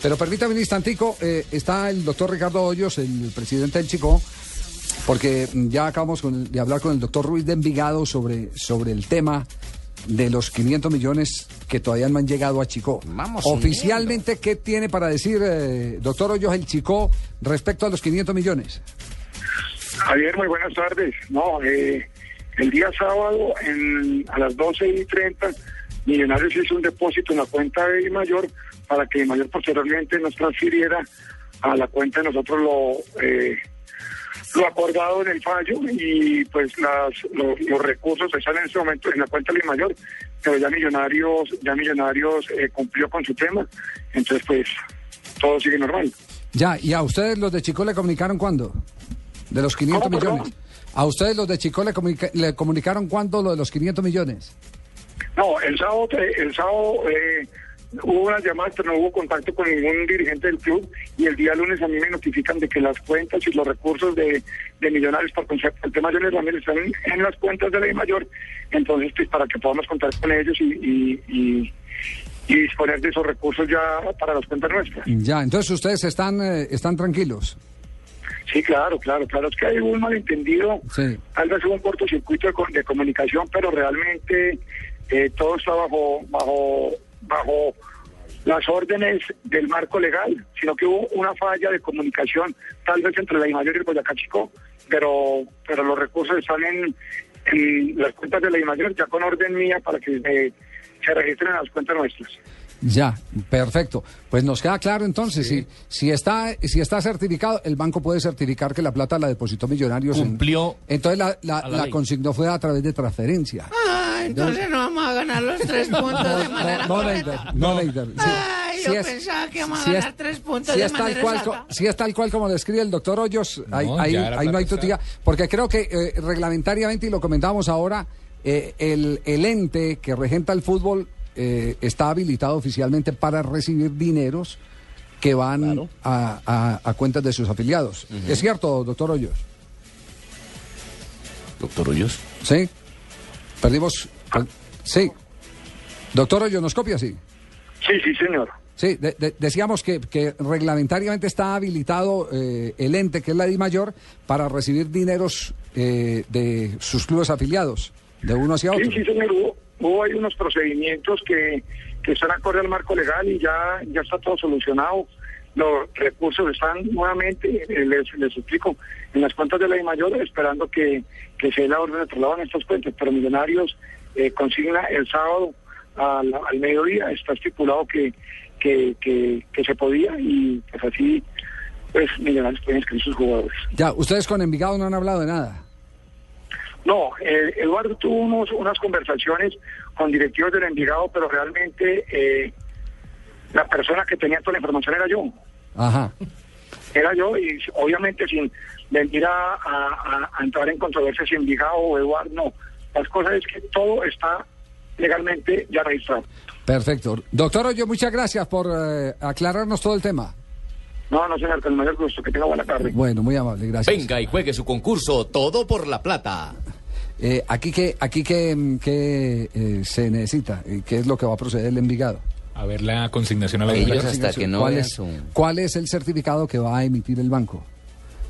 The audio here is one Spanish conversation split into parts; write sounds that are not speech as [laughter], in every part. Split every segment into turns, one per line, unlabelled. Pero permítame un instantico, eh, está el doctor Ricardo Hoyos, el presidente del Chico, porque mm, ya acabamos con- de hablar con el doctor Ruiz de Envigado sobre, sobre el tema de los 500 millones que todavía no han llegado a Chico.
Vamos
Oficialmente, ¿qué tiene para decir, eh, doctor Hoyos, el Chico respecto a los 500 millones?
Javier, muy buenas tardes. No, eh, el día sábado en- a las 12 y 30, Millonarios hizo un depósito en la cuenta de Mayor para que Mayor posteriormente nos transfiriera a la cuenta de nosotros lo, eh, lo acordado en el fallo y pues las, lo- los recursos están en ese momento en la cuenta de Mayor, pero ya Millonarios, ya Millonarios eh, cumplió con su tema, entonces pues todo sigue normal.
Ya, ¿y a ustedes los de Chico le comunicaron cuándo? De los 500
¿Cómo, perdón?
millones. ¿A ustedes los de Chico le, comunica- le comunicaron cuándo lo de los 500 millones?
No, el sábado, eh, el sábado eh, hubo unas llamadas, pero no hubo contacto con ningún dirigente del club. Y el día lunes a mí me notifican de que las cuentas y los recursos de, de Millonarios por concepto del tema Johnny Ramírez están en las cuentas de la I Mayor. Entonces, pues para que podamos contar con ellos y, y, y- y disponer de esos recursos ya para las cuentas nuestras.
Ya, entonces ustedes están, eh, están tranquilos.
Sí, claro, claro, claro. Es que hay un malentendido,
Sí.
tal vez hubo un cortocircuito de, co- de comunicación, pero realmente eh, todo está bajo, bajo, bajo las órdenes del marco legal, sino que hubo una falla de comunicación, tal vez entre la Imayor y el Boyacá Chico, pero, pero los recursos están en, en las cuentas de la Imayor, ya con orden mía para que eh, se registren en las cuentas nuestras.
Ya, perfecto. Pues nos queda claro entonces, si, si, está, si está certificado, el banco puede certificar que la plata la depositó Millonarios. en-
Cumplió
entonces la, la-
a la
la
ley.
consignó fue a través de transferencia.
Ah, entonces no vamos a ganar
[laughs]
los tres puntos de manera
no, Leider,
correcta.
no, Leider. Sí,
Ay,
sí
yo
es-
pensaba que íbamos a
sí es-
ganar tres puntos
sí
de
es tal
manera
cual, co-
exacta.
sí es tal cual como describe el doctor Hoyos, ahí,
No,
ahí-
ya era
ahí no hay
plata
tutía, porque creo que eh, reglamentariamente, y lo comentamos ahora, eh, el, el ente que regenta el fútbol eh, está habilitado oficialmente para recibir dineros que van a, a- a cuentas de sus afiliados. ¿Es cierto, doctor Hoyos?
Doctor Hoyos.
¿Sí? Perdimos...
Ah.
per- sí. Doctor Hoyos, ¿nos copia? Sí.
Sí, sí, señor.
Sí, de- de- decíamos que, que reglamentariamente está habilitado eh, el ente, que es la DIMAYOR, para recibir dineros eh, de sus clubes afiliados, de uno hacia otro.
Sí, sí, señor. Hubo, hubo ahí unos procedimientos que, que están acorde al marco legal y ya, ya está todo solucionado. Los recursos están nuevamente, eh, les, les explico, en las cuentas de la I Mayor, esperando que, que se dé la orden de traslado en estas cuentas. Pero Millonarios eh, consigna el sábado al, al mediodía, está estipulado que, que, que, que se podía y pues así, pues Millonarios pueden inscribir sus jugadores.
Ya, ustedes con Envigado no han hablado de nada.
No, eh, Eduardo tuvo unos- unas conversaciones con directivos del Envigado, pero realmente eh, la persona que tenía toda la información era yo.
Ajá.
Era yo y obviamente sin venir a, a- a- a entrar en controversias si Envigado o Eduardo, no. Las cosas es que todo está legalmente ya registrado.
Perfecto. Doctor Hoyo, muchas gracias por eh, aclararnos todo el tema.
No, no, señor, con el mayor gusto. Que tenga buena tarde.
Bueno, muy amable, gracias.
Venga y juegue su concurso Todo por la Plata.
Eh, aquí que, aquí que, mm, que eh, se necesita, Eh, ¿qué es lo que va a proceder el Envigado?
A ver la consignación a la
Ellos
biblioteca.
hasta que no
¿Cuál,
vean
es,
su-
cuál es el certificado que va a emitir el banco?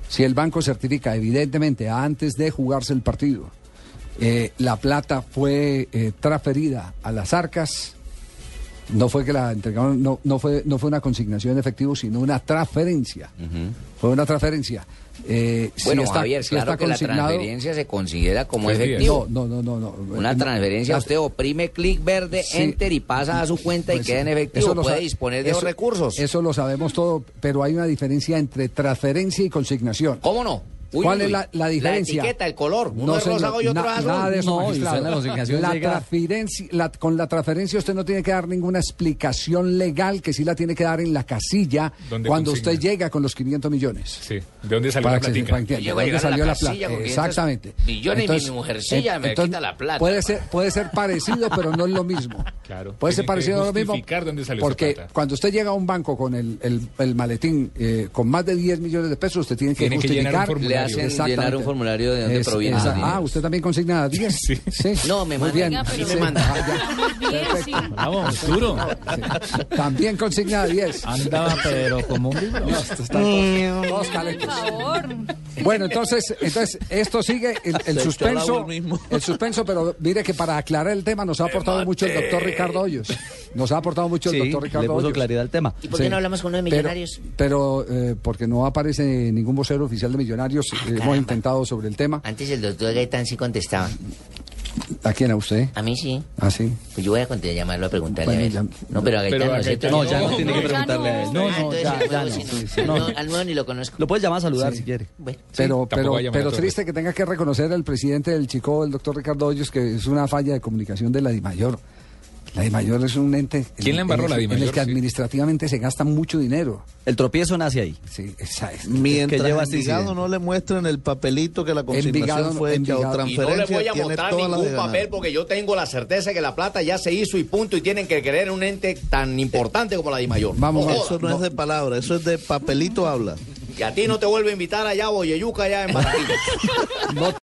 Si el banco certifica, evidentemente, antes de jugarse el partido, eh, la plata fue eh, transferida a las arcas, no fue que la entregaron, no, no, fue, no fue una consignación en efectivo, sino una transferencia. Fue una transferencia. Eh, si
Bueno,
está-
Javier,
si
claro
está
que la
consignado-
transferencia se considera como
Tres días.
efectivo.
No, no, no, no. no.
Una
Eh,
transferencia,
la-
usted oprime clic verde,
Sí.
enter y pasa a su cuenta y
Pues
queda en
sí,
efectivo.
eso lo
Puede
sa-
disponer de
eso-
los recursos.
Eso lo sabemos todo, pero hay una diferencia entre transferencia y consignación.
¿Cómo no? Uy,
¿Cuál
uy,
es la, la diferencia?
etiqueta, el color. Uno es rosa
señor,
y otro azul.
Nada de eso,
No, y
magistrado.
usted en la consignación
La
llega-
transferencia, la- con la transferencia usted no tiene que dar ninguna explicación legal que sí la tiene que dar en la casilla
Donde
cuando
consigna.
usted llega con los 500 millones.
Sí. ¿De dónde salió
Para
la
que se
platica?
entienda,
Yo llego a
¿dónde
llegar a la
salió la
casilla,
plata?
porque
Exactamente.
esos millones y mi mujercilla me quita la plata,
Puede
pa.
ser, puede ser parecido, pero no es lo mismo.
Claro,
Puede ser
tiene que
parecido a lo mismo.
justificar dónde salió esa
porque
plata.
cuando usted llega a un banco con el, el- el maletín eh, con más de 10 millones de pesos, usted tiene que
Tiene que llenar un
justificar.
formulario. Le hacen llenar
un
Exactamente.
formulario de dónde proviene
esa-
el dinero.
Ah, usted también consigna
[laughs]
10. Sí.
No, me
Muy
manda.
bien.
Oiga, pero-
Sí.
me manda.
Ah, ya. Perfecto.
Vamos,
[laughs]
duro.
Sí. También consigna 10.
Ah,
Andaba, pero como un libro.
Todos calentos. Bueno, entonces, entonces esto sigue el, el suspenso, el suspenso, pero mire que para aclarar el tema nos ha aportado mucho el doctor Ricardo Hoyos. Nos ha aportado mucho
Sí,
el doctor
le
Ricardo
puso
Hoyos.
claridad al tema.
¿Y por qué no hablamos con uno de
Pero-
millonarios?
Pero, eh, porque no aparece ningún vocero oficial de Millonarios, eh, hemos
caramba.
intentado sobre el tema.
Antes el doctor Gaitán sí contestaba.
¿A quién a usted?
A mí sí.
Ah, sí.
Pues yo voy a conte- llamarlo a preguntarle
Bueno,
a ver.
ya-
No, pero a Gaitán
Pero a
no sé.
Gaitán
pero-
No, ya no tiene que preguntarle a él.
Ah,
No, no,
entonces
ya,
al
ya
nuevo sí
no.
no.
sí, no.
No, al nuevo ni lo conozco.
Lo puedes llamar a saludar si quiere.
Bueno,
Pero,
tampoco
pero,
va a llamar a
pero
todos.
triste que tenga que reconocer al presidente del Chico, el doctor Ricardo Hoyos, que es una falla de comunicación de la DIMAYOR. La DIMAYOR es un ente en-
¿Quién la embarró,
en,
la
el- en el
DIMAYOR?
que
Sí.
administrativamente se gasta mucho dinero.
El tropiezo nace ahí.
Sí, esa es.
Mientras
lleva
en
este
Envigado
incidente.
no le muestren el papelito que la consignación
Envigado no-
fue hecha o
Envigado.
Y no le
transferencia,
voy a
tiene
mostrar
todas las de
ningún
ganar.
papel porque yo tengo la certeza que la plata ya se hizo y punto. Y tienen que creer en un ente tan importante como la DIMAYOR.
Vamos,
No
vamos.
Eso
jodas.
no, es de palabra, eso es de papelito habla.
Y a ti no te vuelvo a invitar allá a Boyeyuca, allá en Baratillo.
No